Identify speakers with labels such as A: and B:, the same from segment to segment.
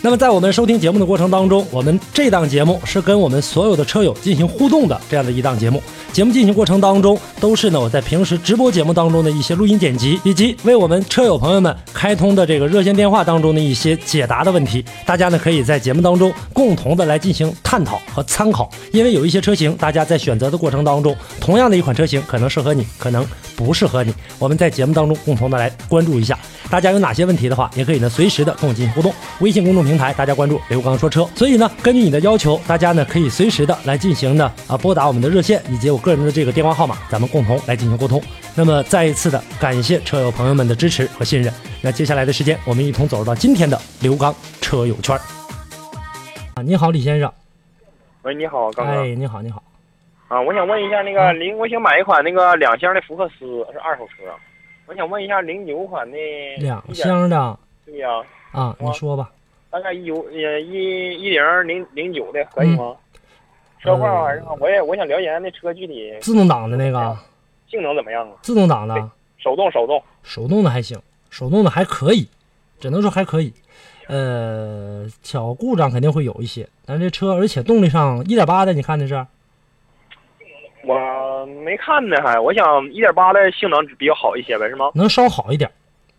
A: 那么在我们收听节目的过程当中，我们这档节目是跟我们所有的车友进行互动的这样的一档节目。节目进行过程当中，都是呢我在平时直播节目当中的一些录音剪辑，以及为我们车友朋友们开通的这个热线电话当中的一些解答的问题。大家呢可以在节目当中共同的来进行探讨和参考，因为有一些车型，大家在选择的过程当中，同样的一款车型可能适合你，可能不适合你。我们在节目当中共同的来关注一下。大家有哪些问题的话，也可以呢随时的跟我进行互动。微信公众平台大家关注“刘刚说车”，所以呢，根据你的要求，大家呢可以随时的来进行呢啊拨打我们的热线以及我个人的这个电话号码，咱们共同来进行沟通。那么再一次的感谢车友朋友们的支持和信任。那接下来的时间，我们一同走入到今天的刘刚车友圈。啊，你好，李先生。
B: 喂，你好，刚
A: 哎
B: 哥，
A: 你好，你好。
B: 啊，我想问一下那个零，我想买一款那个两厢的福克斯，是二手车。我想问一下零九款的
A: 两
B: 一点
A: 厢的
B: 对呀、
A: 啊，你
B: 我
A: 说吧。
B: 大概一九呃一一零零零九的可以吗？车况
A: 嗯呃
B: 啊，然后我也我想了解下那车具体
A: 自动挡的那
B: 哎
A: 个，
B: 性能怎么样啊？
A: 自动挡的。
B: 手动手动，
A: 手动的还行，手动的还可以，只能说还可以。呃，小故障肯定会有一些，但这车而且动力上一点八的，你看这是
B: 我没看呢还，我想一点八的性能比较好一些呗，是吗？
A: 能稍好一点。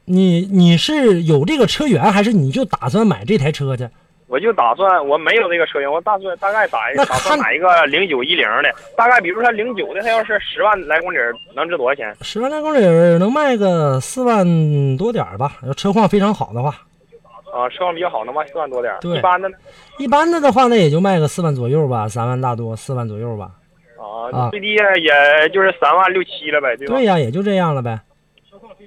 A: 你你是有这个车源，还是你就打算买这台车去？
B: 我就打算我没有这个车型，我打算大概打
A: 那
B: 打算
A: 看
B: 买一个零九一零的，大概比如说零九的，它要是十万来公里儿能值多少钱？
A: 十万来公里儿能卖个四万多点儿吧，要车况非常好的话，
B: 啊，车况比较好，能卖四万多点儿。
A: 对
B: 一般的呢，
A: 一般的的话那也就卖个四万左右吧，三万大多，四万左右吧。
B: 啊，
A: 啊
B: 最低也就是三万六七了呗，对吧？
A: 对呀、也就这样了呗。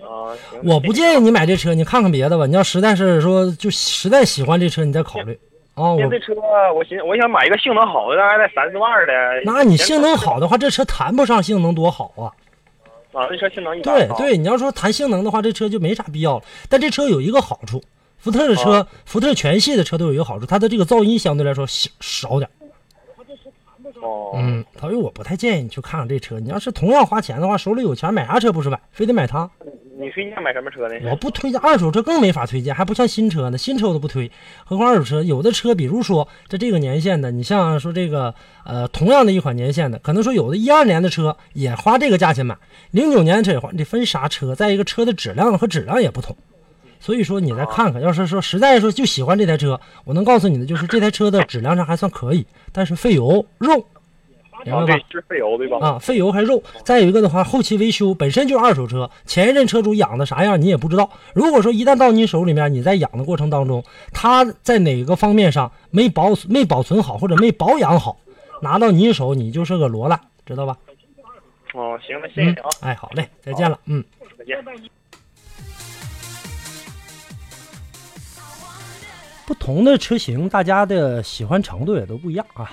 B: 啊，行。
A: 我不建议你买这车，你看看别的吧。你要实在是说就实在喜欢这车，你再考虑啊。我
B: 现在这车，我寻我想买一个性能好的，大概在三四万的。
A: 那你性能好的话，这车谈不上性能多好啊。
B: 啊，这车性能一般
A: 对
B: 啊
A: 对，你要说谈性能的话，这车就没啥必要了。但这车有一个好处，福特的车，福特全系的车都有一个好处，它的这个噪音相对来说小少点儿。
B: 哦，
A: 嗯，所以我不太建议你去看看这车。你要是同样花钱的话，手里有钱买啥车不是买，非得买它。
B: 你推荐买什么车呢？
A: 我不推荐二手车，更没法推荐，还不像新车呢，新车我都不推，何况二手车。有的车，比如说在这个年限的，你像说这个呃，同样的一款年限的，可能说有的一二年的车也花这个价钱买，零九年的车也花，你得分啥车，再一个车的质量和质量也不同。所以说你再看看，要是说实在说就喜欢这台车，我能告诉你的就是这台车的质量上还算可以，但是费油肉，明白吧
B: 啊，对，？是费油对吧？
A: 啊，费油还肉。再有一个的话，后期维修本身就是二手车，前一任车主养的啥样你也不知道。如果说一旦到你手里面，你在养的过程当中，他在哪个方面上没保没保存好或者没保养好，拿到你手你就是个罗烂，知道吧？
B: 哦，行，那谢
A: 嗯
B: 谢你啊，，
A: 哎，好嘞，再见了，嗯。
B: 再见。
A: 不同的车型，大家的喜欢程度也都不一样啊。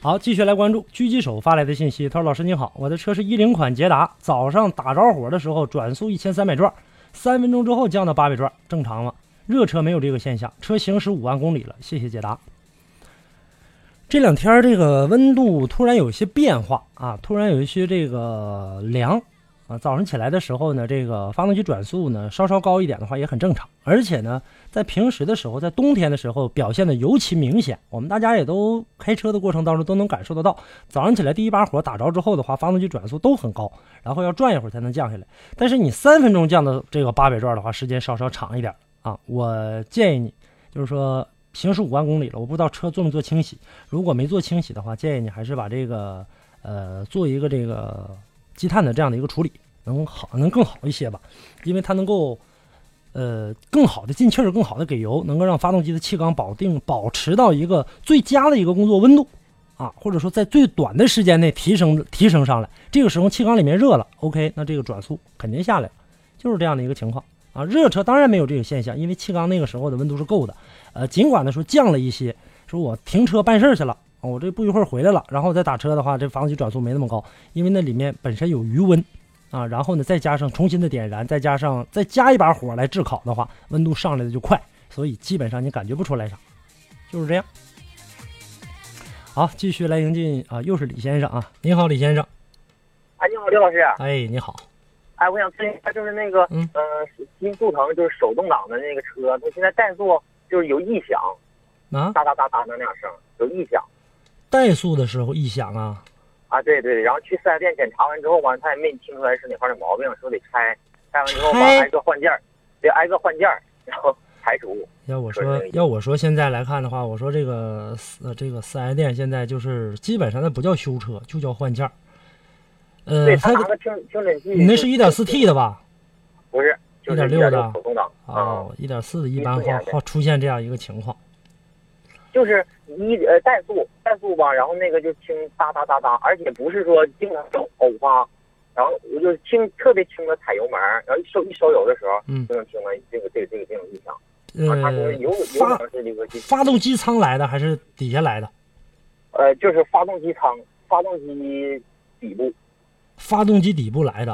A: 好，继续来关注狙击手发来的信息。他说：“老师你好，我的车是一零款捷达，早上打着火的时候转速一千三百转，三分钟之后降到八百转，正常了。热车没有这个现象，车行驶五万公里了。谢谢捷达。”这两天儿这个温度突然有一些变化啊，突然有一些这个凉，啊，早上起来的时候呢，这个发动机转速呢稍稍高一点的话也很正常，而且呢，在平时的时候，在冬天的时候表现的尤其明显。我们大家也都开车的过程当中都能感受得到，早上起来第一把火打着之后的话，发动机转速都很高，然后要转一会儿才能降下来。但是你三分钟降到这个八百转的话，时间稍稍长一点啊。我建议你，就是说行驶五万公里了，我不知道车做没做清洗，如果没做清洗的话，建议你还是把这个呃做一个这个积碳的这样的一个处理，能好能更好一些吧，因为它能够呃更好的进气儿，更好的给油，能够让发动机的气缸保定保持到一个最佳的一个工作温度啊，或者说在最短的时间内提升提升上来。这个时候气缸里面热了，OK，那这个转速肯定下来了，就是这样的一个情况。啊。日热车当然没有这个现象，因为气缸那个时候的温度是够的。呃，尽管呢说降了一些，说我停车办事儿去了啊，我这不一会儿回来了，然后再打车的话，这发动机转速没那么高，因为那里面本身有余温啊，然后呢再加上重新的点燃，再加上再加一把火来炙烤的话，温度上来的就快，所以基本上你感觉不出来啥，就是这样。好，继续来迎进啊，又是李先生啊，您好，李先生，
B: 哎，你好，刘老师。
A: 哎，你好，
B: 哎，我想问一下，就是那个，
A: 嗯
B: 嗯、呃，新速腾就是手动挡的那个车，它现在怠速就是有异响，
A: 啊，
B: 哒哒哒哒那两声，有异响
A: 怠速的时候异响啊，
B: 啊，对对。然后去四 S 店检查完之后吧，他也没听出来是哪块儿有毛病，说得拆，拆完之后吧，
A: 拆
B: 挨个换件儿，得挨个换件儿，然后排除。
A: 要我
B: 是
A: 说
B: 这个意，思
A: 要我说，现在来看的话，我说这个四呃这个四 S 店现在就是基本上那不叫修车，就叫换件儿。呃
B: 对，他
A: 它
B: 拿个听听诊器，
A: 你那是一点四 T 的吧？
B: 不是就是
A: 1.6
B: 1.6
A: 的
B: 手动挡啊、
A: 哦，一点四的一般
B: 一四年
A: 会
B: 的
A: 会出现这样一个情况。
B: 就是一呃怠速怠速吧，然后那个就听哒哒哒哒，而且不是说经常有偶发，然后我就听特别轻的踩油门，然后一收一收油的时候，
A: 嗯
B: 就能听到这个这个这个这种异响。
A: 呃
B: 啊，他说有有可
A: 发
B: 能是离合器，
A: 发动机舱来的还是底下来的？
B: 呃，就是发动机舱、发动机底部
A: 发动机底部来的，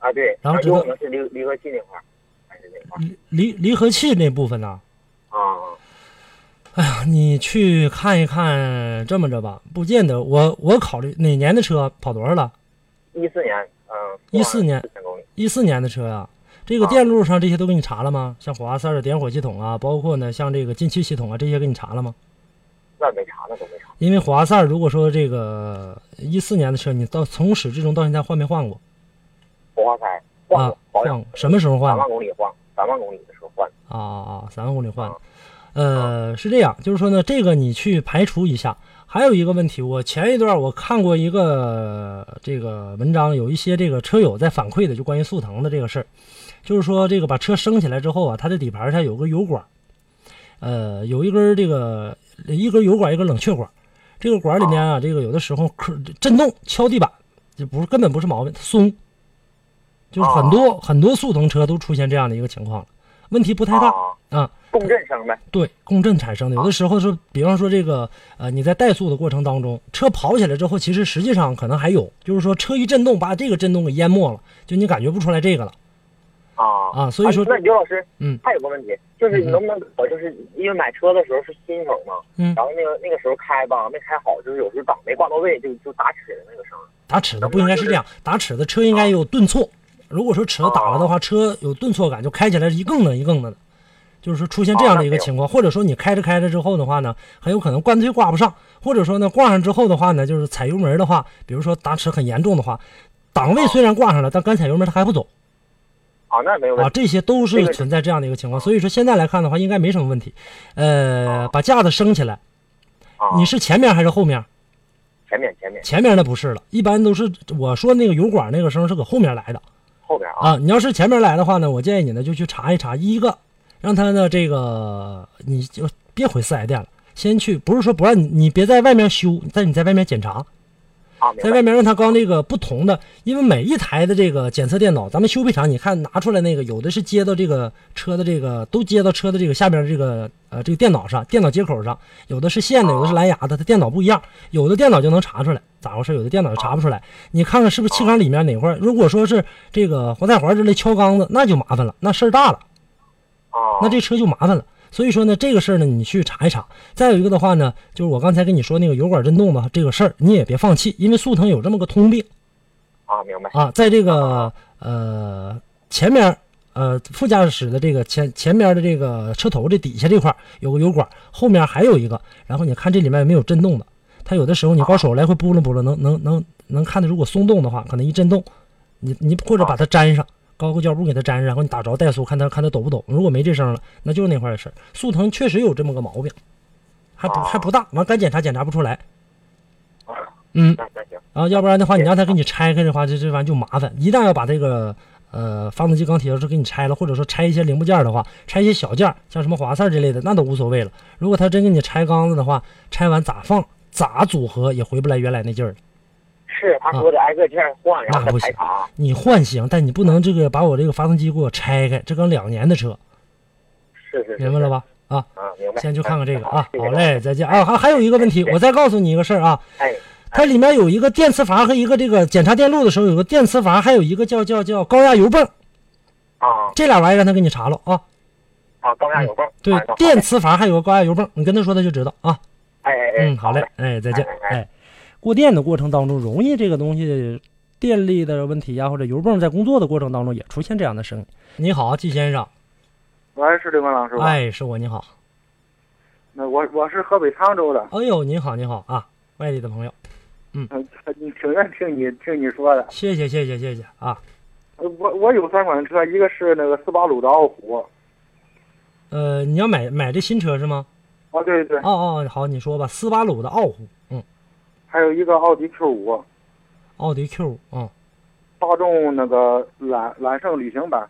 B: 啊，对，
A: 然后知道
B: 有可能是离离合器那块儿，还是那块儿
A: 离离离合器那部分呢、
B: 啊。
A: 哎呀，你去看一看，这么着吧，不见得。我我考虑哪年的车跑多少了？
B: 一四年，嗯，
A: 14年
B: 四千公里，
A: 一四年的车呀、这个电路上这些都给你查了吗？像火花塞的点火系统啊，包括呢像这个进气系统啊，这些给你查了吗？
B: 那没查，那都没查。
A: 因为火花塞如果说这个一四年的车，你到从始至终到现在换没换过
B: 火花塞换
A: 啊
B: 过？，保养
A: 换什么时候换
B: 三
A: 的
B: 万公里换，三万公里的时候换。
A: 啊啊，三万公里换的。呃，是这样，就是说呢，这个你去排除一下。还有一个问题，我前一段我看过一个呃这个文章，有一些这个车友在反馈的，就关于速腾的这个事儿，就是说这个把车升起来之后啊，它的底盘上有个油管，呃，有一根儿这个一根油管，一根冷却管，这个管里面啊，这个有的时候磕震动敲地板，这不是根本不是毛病，它松，就是很多、很多速腾车都出现这样的一个情况了，问题不太大
B: 啊，
A: 啊。
B: 共振声呗。
A: 对，共振产生的。有的时候是，比方说这个，呃，你在怠速的过程当中，车跑起来之后，其实实际上可能还有，就是说车一震动，把这个震动给淹没了，就你感觉不出来这个了
B: 啊
A: 啊。所以说
B: 哎，那刘老师，
A: 嗯
B: 还有个问题，就是你
A: 嗯
B: 能不能，我就是因为买车的时候是新手嘛，
A: 嗯
B: 然后那个那个时候开吧，没开好，就是有时候档没挂到位，就就打齿的那个声儿。
A: 打齿子不应该是这样，打齿子车应该有顿挫。如果说齿子打了的话，车有顿挫感，就开起来是一更的一更的的，就是说出现这样的一个情况，或者说你开着开着之后的话呢，很有可能干脆挂不上，或者说呢挂上之后的话呢，就是踩油门的话，比如说打齿很严重的话，档位虽然挂上了，但刚踩油门它还不走。
B: 啊，那没有问
A: 啊，
B: 题。
A: 这些都是存在这样的一个情况，所以说现在来看的话，应该没什么问题。呃，把架子升起来，
B: 啊，
A: 你是前面还是后面？
B: 前面前面
A: 前面那不是了，一般都是我说那个油管那个声是搁后面来的
B: 后边啊
A: 啊。你要是前面来的话呢，我建议你呢就去查一查，一个让他呢这个你就别回四 S 店了，先去不是说不让你你别在外面修，但你在外面检查，
B: 啊，明
A: 在
B: 白
A: 外面让他刚那个不同的，因为每一台的这个检测电脑，咱们修配厂你看拿出来那个，有的是接到这个车的这个，都接到车的这个下边这个呃这个电脑上，电脑接口上，有的是线的，有的是蓝牙的，它电脑不一样，有的电脑就能查出来咋回事，有的电脑就查不出来。你看看是不是气缸里面哪块儿，如果说是这个活带环之类敲缸子，那就麻烦了，那事儿大了。
B: 啊，
A: 那这车就麻烦了。所以说呢，这个事儿呢，你去查一查。再有一个的话呢，就是我刚才跟你说那个油管震动的这个事儿，你也别放弃，因为速腾有这么个通病
B: 啊，明白
A: 啊，在这个呃前面呃副驾驶的这个前前面的这个车头这底下这块儿有个油管，后面还有一个，然后你看这里面有没有震动的，它有的时候你高手来回拨弄拨弄，能能能能看的，如果松动的话，可能一震动，你你或者把它粘上，高个胶布给它粘上，然后你打着怠速看它看它抖不抖。如果没这声了，那就是那块的事儿。速腾确实有这么个毛病，还不
B: 哦
A: 还不大，完该检查检查不出来
B: 啊，
A: 嗯
B: 那那行
A: 啊，要不然的话，你让他给你拆开的话，这这玩意儿就麻烦。一旦要把这个呃发动机钢铁要是给你拆了，或者说拆一些零部件的话，拆一些小件儿，像什么滑塞之类的，那都无所谓了。如果他真给你拆缸子的话，拆完咋放咋组合也回不来原来那劲儿了。
B: 是是，他说的挨个件换，
A: 啊
B: 然后再排查。
A: 你换行，但你不能这个把我这个发动机给我拆开，这刚两年的车，
B: 是是是，
A: 明白了吧？啊，
B: 啊，明白。
A: 先去看看这个
B: 哎
A: 啊。好嘞，，再见啊。还还有一个问题，我再告诉你一个事儿啊，
B: 谢谢哎，
A: 它里面有一个电磁阀和一个这个检查电路的时候有个电磁阀，还有一个叫叫叫高压油泵，
B: 啊
A: 这俩玩意儿让他给你查了啊。
B: 啊，高压有泵，
A: 嗯对
B: 啊那好，嘞
A: 电磁阀还有个高压油泵，你跟他说他就知道啊。
B: 哎哎哎，
A: 嗯，好嘞，哎，再见，哎，过电的过程当中，容易这个东西电力的问题呀、啊或者油泵在工作的过程当中也出现这样的声音。你好，啊季先生，
C: 喂，是刘文老师吧？
A: 哎，是我，你好，
C: 那我我是河北沧州的，
A: 哎呦，你好，你好啊，外地的朋友，
C: 嗯，挺挺愿听你听你说的。
A: 谢谢，谢谢，谢谢啊，
C: 呃我我有三款车，一个是那个斯巴鲁的傲虎，
A: 呃，你要买买这新车是吗？
C: 哦对对，
A: 哦哦，好，你说吧，斯巴鲁的傲虎，嗯，
C: 还有一个奥迪 Q 五，
A: 奥迪 Q，嗯，
C: 大众那个揽揽胜旅行版。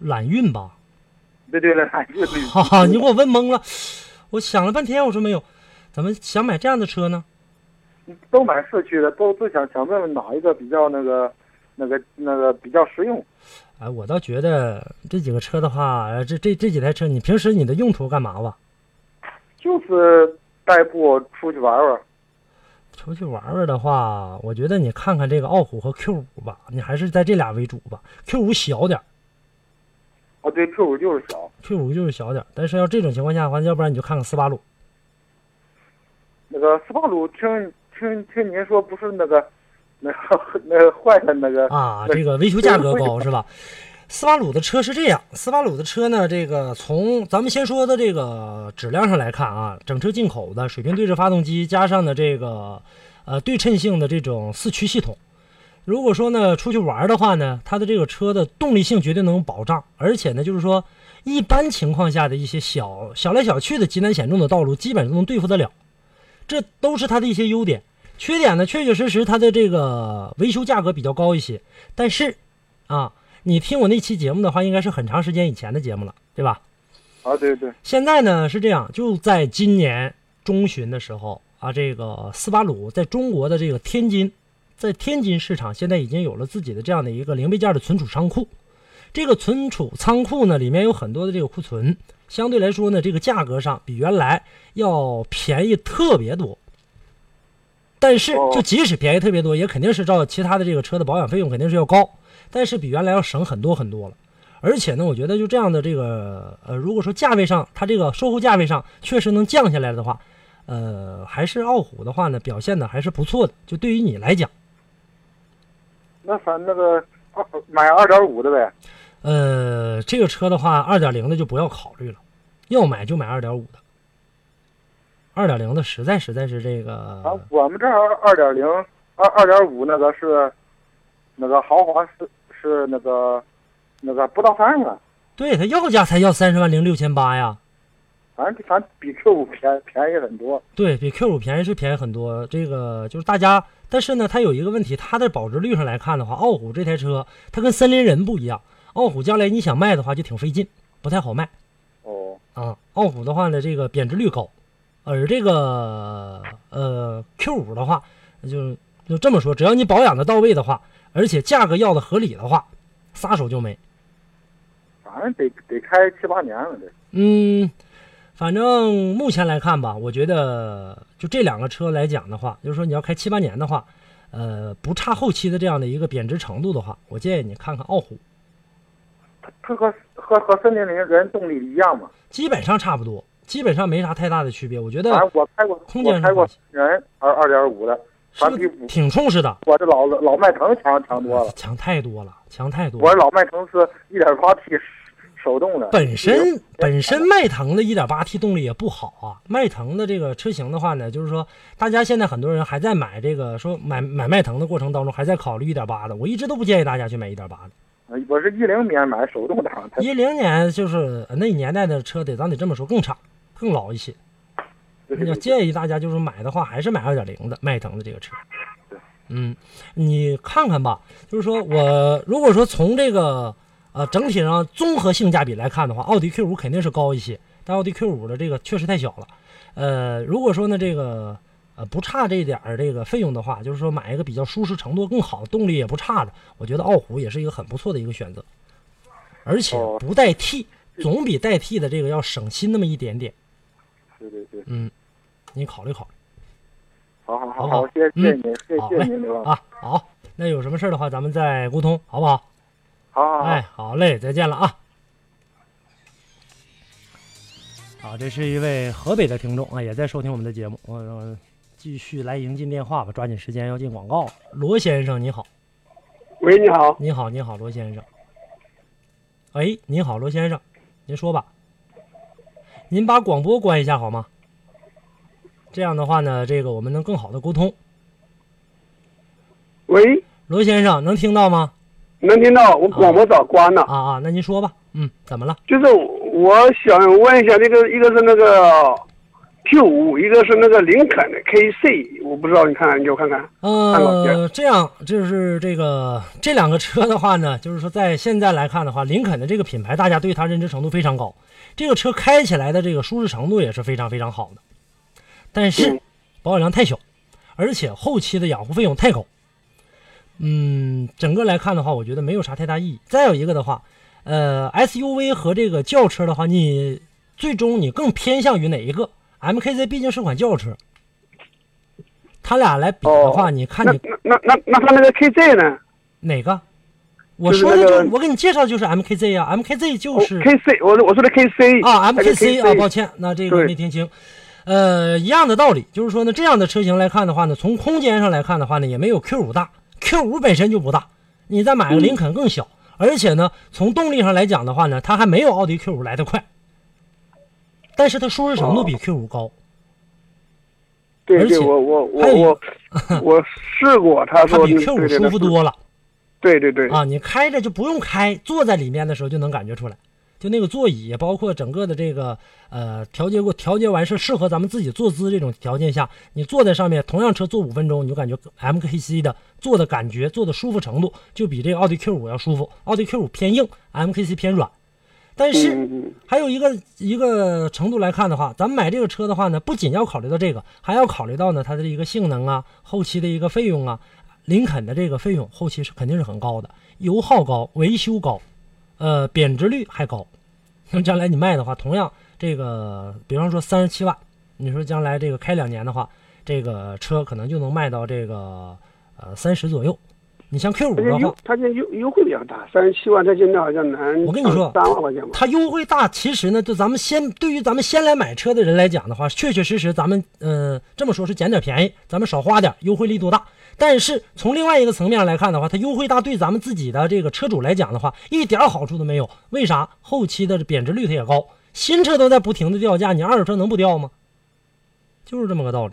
A: 揽运吧，
C: 对对了，揽胜旅行
A: 哈哈，你给我问懵了，我想了半天，我说没有，咱们想买这样的车呢？
C: 都买四驱的，都都想想问问哪一个比较那个那个那个比较实用。
A: 哎，我倒觉得这几个车的话，呃这这这几台车，你平时你的用途干嘛吧？
C: 就是代步出去玩玩。
A: 出去玩玩的话，我觉得你看看这个傲虎和 Q 五吧，你还是在这俩为主吧。Q 五小点
C: 哦对，Q 五就是小，
A: ，Q 五就是小点儿，但是要这种情况下的话，要不然你就看看斯巴鲁。
C: 那个斯巴鲁听听听您说不是那个， 那个那个坏的那个
A: 啊，
C: 那
A: 这个维修价格高是吧？斯巴鲁的车是这样，斯巴鲁的车呢，这个从咱们先说的这个质量上来看啊，整车进口的水平对置发动机加上的这个呃对称性的这种四驱系统。如果说呢出去玩的话呢，它的这个车的动力性绝对能有保障，而且呢就是说一般情况下的一些小小来小去的极难险重的道路，基本上都能对付得了。这都是它的一些优点。缺点呢，确确实实它的这个维修价格比较高一些。但是，啊，你听我那期节目的话，应该是很长时间以前的节目了，对吧？
C: 啊，对对，
A: 现在呢是这样，就在今年中旬的时候啊，这个斯巴鲁在中国的这个天津，在天津市场现在已经有了自己的这样的一个零配件的存储仓库。这个存储仓库呢，里面有很多的这个库存，相对来说呢，这个价格上比原来要便宜特别多。但是，
C: 哦
A: 就即使便宜特别多，也肯定是照其他的这个车的保养费用肯定是要高，但是比原来要省很多很多了。而且呢，我觉得就这样的这个呃，如果说价位上它这个售后价位上确实能降下来的话，呃，还是傲虎的话呢，表现的还是不错的。就对于你来讲，
C: 那反那个二买二点五的呗，
A: 呃，这个车的话，二点零的就不要考虑了，要买就买二点五的。二点零的实在实在是这
C: 啊
A: 个，
C: 我们这儿二点零二二点五那个是，那个豪华是是那个，那个不到三十万，
A: 对它要价才要三十万零六千八呀，
C: 反正反正比 Q 五便便宜很多。
A: 对比 Q 五便宜是便宜很多，这个就是大家，但是呢，它有一个问题，它的保值率上来看的话，傲虎这台车它跟森林人不一样，傲虎将来你想卖的话就挺费劲，不太好卖
C: 哦，
A: 啊。傲虎的话呢，这个贬值率高，而这个呃 Q 五的话，就就这么说，只要你保养的到位的话，而且价格要的合理的话，撒手就没。
C: 反正得得开七八年了得。
A: 嗯，反正目前来看吧，我觉得就这两个车来讲的话，就是说你要开七八年的话，呃，不差后期的这样的一个贬值程度的话，我建议你看看傲虎，
C: 它和和和森林里人动力一样嘛，
A: 基本上差不多，基本上没啥太大的区别。我觉
C: 反
A: 得
C: 正我开过
A: 空间
C: 我
A: 是
C: 开过
A: 好
C: 人二二点五的，
A: 是
C: 反正
A: 不是
C: 比我
A: 挺充实的，
C: 我这老老迈腾强强多了。
A: 强太多了，强太多
C: 我
A: 了。
C: 老迈腾是一点八 T 手动的，
A: 本身本身迈腾的 1.8T 动力也不好啊，迈腾的这个车型的话呢，就是说大家现在很多人还在买这个，说买买迈腾的过程当中还在考虑1.8的，我一直都不建议大家去买1.8的。
C: 我是一零年买手动挡的，啊
A: 一零年就是呃那年代的车得，咱得这么说，更差、更老一些。要建议大家就是买的话，还是买二点零的迈腾的这个车。嗯，你看看吧，就是说我如果说从这个呃整体上综合性价比来看的话，奥迪 Q 五肯定是高一些，但奥迪 Q 五的这个确实太小了。呃，如果说呢这个呃不差这一点儿这个费用的话，就是说买一个比较舒适程度更好、动力也不差的，我觉得傲虎也是一个很不错的一个选择，而且
D: 哦
A: 不代替，总比代替的这个要省心那么一点点。
D: 对对对，
A: 嗯，你考虑考虑。
D: 好好
A: 好
D: 好
A: 好
D: 好，谢谢谢谢
A: 嗯
D: 您，谢
A: 好
D: 谢
A: 嘞
D: 您，刘老师，
A: 啊，好，那有什么事儿的话，咱们再沟通，好不好？
D: 好好好。
A: 哎，好嘞，再见了啊！好，这是一位河北的听众啊，也在收听我们的节目。我、呃继续来迎进电话吧，抓紧时间要进广告了。罗先生，你好，
E: 喂，你好，
A: 你好，你好，罗先生。哎，你好，罗先生，您说吧。您把广播关一下好吗？这样的话呢，这个我们能更好的沟通。
E: 喂，
A: 罗先生能听到吗？
E: 能听到？我广播早关了。
A: 啊啊，那您说吧。嗯，怎么了？
E: 就是我想问一下，那个一个是那个 Q 五，一个是那个林肯的 KC，我不知道，你看，你给我看看。看老
A: 呃，
E: 师
A: 这样就是这个这两个车的话呢，就是说在现在来看的话，林肯的这个品牌，大家对它认知程度非常高，这个车开起来的这个舒适程度也是非常非常好的，但是
E: 嗯
A: 保有量太小，而且后期的养护费用太高。嗯，整个来看的话，我觉得没有啥太大意义。再有一个的话，呃，SUV 和这个轿车的话，你最终你更偏向于哪一个？MKZ 毕竟是款轿车，它俩来比的话，
E: 哦
A: 你看
E: 那
A: 你
E: 那那那那他那个 KZ 呢？
A: 哪个？我
E: 就是
A: 说的
E: 那
A: 就
E: 个
A: 是我给你介绍的就是 MKZ 呀、m k z 就
E: 哦
A: 是
E: KC，我我说的 KC
A: 啊
E: 那个
A: ，MKC 啊，抱歉，那这个
E: 对
A: 没听清。呃，一样的道理，就是说呢，这样的车型来看的话呢，从空间上来看的话呢，也没有 Q 五大，Q 五本身就不大，你再
E: 嗯
A: 买个林肯更小，而且呢，从动力上来讲的话呢，它还没有奥迪 Q 五来得快，但是它舒适程度比
E: 哦
A: Q 五高。
E: 对
A: 而
E: 对，
A: 且
E: 我我我
A: 还有一
E: 我 我试过，他
A: 它
E: 说
A: 比
E: 那
A: Q 五
E: 对对
A: 舒服多了
E: 对对对，
A: 啊！你开着就不用开，坐在里面的时候就能感觉出来，就那个座椅，包括整个的这个呃调节过调节完是适合咱们自己坐姿这种条件下，你坐在上面，同样车坐五分钟，你就感觉 MKC 的坐的感觉、坐的舒服程度就比这个奥迪 Q 五要舒服。奥迪 Q 五偏硬，MKC 偏软，但是。
E: 嗯嗯，
A: 还有一个一个程度来看的话，咱们买这个车的话呢，不仅要考虑到这个，还要考虑到呢它的一个性能啊，后期的一个费用啊。林肯的这个费用后期是肯定是很高的，油耗高，维修高，呃，贬值率还高。那将来你卖的话，同样这个，比方说三十七万，你说将来这个开两年的话，这个车可能就能卖到这个呃三十左右。你像 Q 五
E: 他
A: 的
E: 这
A: 话
E: 优，他这优优惠比较大，三十七万，他现在好像能
A: 我跟你说
E: 三万块钱吧。
A: 它优惠大，其实呢，对咱们先对于咱们先来买车的人来讲的话，确确实实咱们呃这么说是捡点便宜，咱们少花点，优惠力度大。但是从另外一个层面来看的话，它优惠大对咱们自己的这个车主来讲的话，一点好处都没有。为啥？后期的贬值率它也高，新车都在不停的掉价，你二手车能不掉吗？就是这么个道理。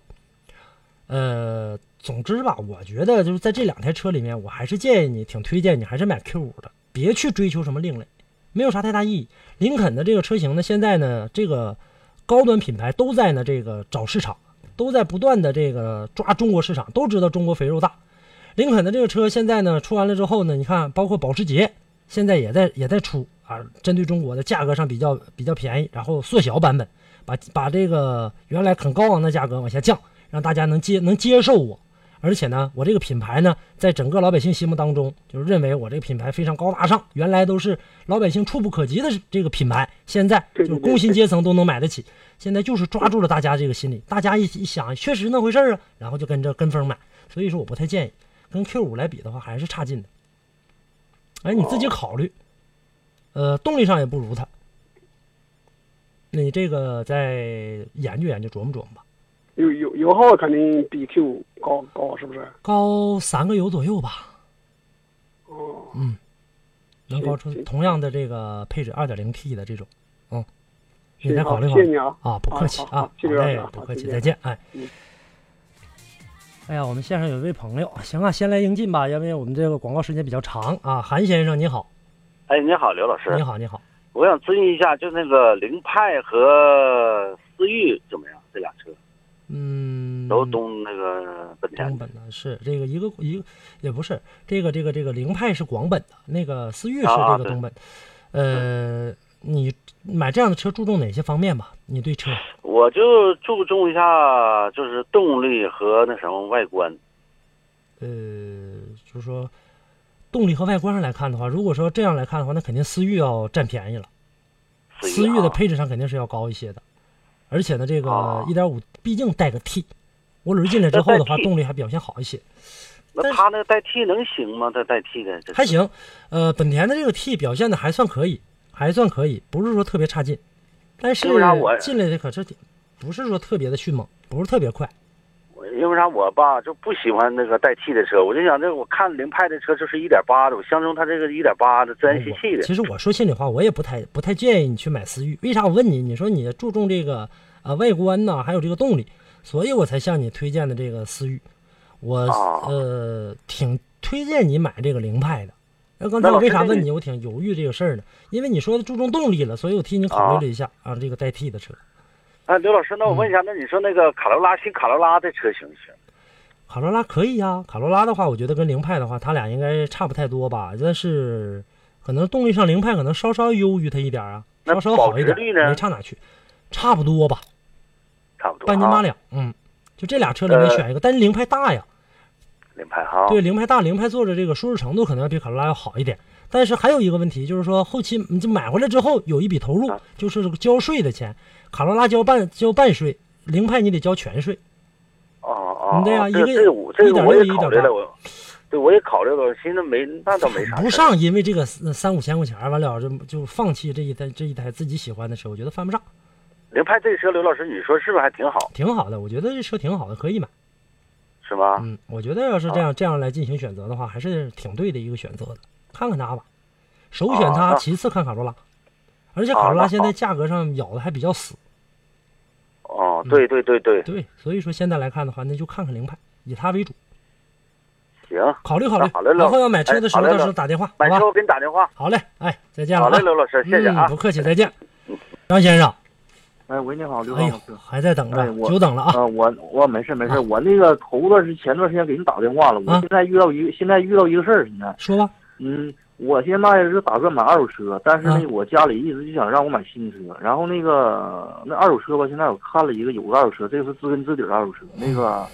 A: 呃，总之吧，我觉得就是在这两台车里面，我还是建议你，挺推荐你还是买 Q 五的，别去追求什么另类。没有啥太大意义。林肯的这个车型呢，现在呢，这个高端品牌都在呢这个找市场，都在不断的这个抓中国市场，都知道中国肥肉大。林肯的这个车现在呢出完了之后呢，你看包括保时捷现在也在也在出啊，针对中国的价格上比较比较便宜，然后缩小版本，把把这个原来很高昂的价格往下降，让大家能接能接受我。而且呢，我这个品牌呢，在整个老百姓心目当中，就是认为我这个品牌非常高大上，原来都是老百姓触不可及的这个品牌，现在就是工薪阶层都能买得起。现在就是抓住了大家这个心理，大家一一想，确实那回事儿啊，然后就跟着跟风买。所以说，我不太建议跟 Q 五来比的话，还是差劲的。哎，你自己考虑，呃，动力上也不如它。你这个再研究研究，琢磨琢磨吧，
E: 油油油耗肯定比 Q 五高高，是不是？
A: 高三个油左右吧。嗯
E: 哦，
A: 能高出
E: 行
A: 同样的这个配置二点零 T 的这种，嗯，你
E: 行
A: 再
E: 好
A: 考虑
E: 谢
A: 考
E: 谢
A: 虑
E: 你啊
A: 啊，不客气
E: 好好
A: 啊，
E: 谢谢
A: 好
E: 刘
A: 嘞
E: 老师啊
A: 不
E: 好
A: 客气，
E: 再见
A: 再见，哎
E: 嗯。
A: 哎呀，我们线上有一位朋友，行啊，先来应进吧，因为我们这个广告时间比较长啊。韩先生，你好，
F: 哎，你好，刘老师
A: 你，好，你好。
F: 我想咨询一下，就那个凌派和思域怎么样？这俩车
A: 嗯，
F: 都东那个本田
A: 东本的是这个一个一个也不是这个这个这个凌派是广本的，那个思域是
F: 啊啊
A: 这个
F: 对
A: 东本，呃，你买这样的车注重哪些方面吧？你对车，
F: 我就注重一下就是动力和那什么外观。
A: 呃，就是说动力和外观上来看的话，如果说这样来看的话，那肯定思域要占便宜了。思域
F: 啊
A: 的配置上肯定是要高一些的，而且呢，这个
F: 啊
A: 1.5毕竟带个 T，涡轮进来之后的话，
F: 带 T
A: 动力还表现好一些，
F: 那
A: 但是
F: 他那个代替能行吗？他代替的这
A: 还行。呃，本田的这个 T 表现的还算可以，还算可以，不是说特别差劲，但是啊
F: 为啥我
A: 进来的可是挺不是说特别的迅猛，不是特别快。
F: 因为啥我吧就不喜欢那个代替的车，我就想这我看凌派的车就是一点八的，我相中它这个一点八的自然吸气
A: 我
F: 的
A: 其实我说心里话，我也不太不太建议你去买思域。为啥？我问你，你说你注重这个呃外观呐，还有这个动力，所以我才向你推荐的这个思域。我、
F: 啊
A: 呃挺推荐你买这个凌派的。那刚才我为啥问你，我挺犹豫这个事儿呢？因为你说注重动力了，所以我替你考虑了一下啊这个代替的车，
F: 啊。刘老师，那我问一下，那你说那个卡罗拉新卡罗拉这车行不行？
A: 卡罗拉可以呀、卡罗拉的话，我觉得跟凌派的话，它俩应该差不太多吧，但是可能动力上凌派可能稍稍优于它一点儿啊，
F: 那
A: 稍稍好一点
F: 保值率呢
A: 儿，没差哪去，差不多吧。
F: 差不多
A: 半斤八
F: 啊，
A: 两，嗯，就这俩车里面选一个，但是凌派大呀，
F: 凌呃派哈。
A: 对，凌派大，凌派坐着这个舒适程度可能要比卡罗拉要好一点，但是还有一个问题就是说，后期你就买回来之后有一笔投入，
F: 啊
A: 就是这个交税的钱，卡罗拉交半交半税，凌派你得交全税，
F: 哦哦，
A: 嗯对呀
F: 哦
A: 一
F: 这
A: 个
F: 这个我这个我也考虑
A: 1.6
F: 了，我对我也考虑了，我寻思没那倒没啥事儿，
A: 不上因为这个三三五千块钱儿，完了就就放弃这一台这一台自己喜欢的车，我觉得犯不上，
F: 凌派这车，刘老师你说是不是还挺好，
A: 挺好的，我觉得这车挺好的，可以买，
F: 是吧？
A: 嗯，我觉得要是这样这样来进行选择的话，还是挺对的一个选择的。看看它吧，首选
F: 啊
A: 它，
F: 那
A: 其次看卡罗拉。而且卡罗拉
F: 那
A: 现在
F: 好
A: 价格上咬的还比较死，嗯
F: 哦，对对对对，
A: 对，所以说现在来看的话，那就看看凌派，以它为主，
F: 行，
A: 考虑考虑
F: 那好嘞。老
A: 然后要买车的时候，
F: 哎好嘞
A: 到时候
F: 老
A: 打电话，
F: 买
A: 好吧
F: 车？我给你打电话。
A: 好嘞，哎，再见了、
F: 好
A: 啊。
F: 嘞，刘老师，谢谢啊嗯
A: 嗯，不。客气，再见。张先生，
C: 哎，喂，你好，刘
A: 哎
C: 刚
A: 呦
C: 老师。，
A: 还在等
C: 哎
A: 着，
C: 我
A: 久等了啊。
C: 啊，我我没事没
A: 啊
C: 事，我那个头段是前段时间给您打电话了，我
A: 啊
C: 现在遇到一个现在遇到一个事儿，现在，
A: 说吧，
C: 嗯，我现在是打算买二手车，但是
A: 啊
C: 呢，我家里一直就想让我买新车，然后那个那二手车吧，现在我看了一个有个二手车，这个是知根知底儿的二手车，那个，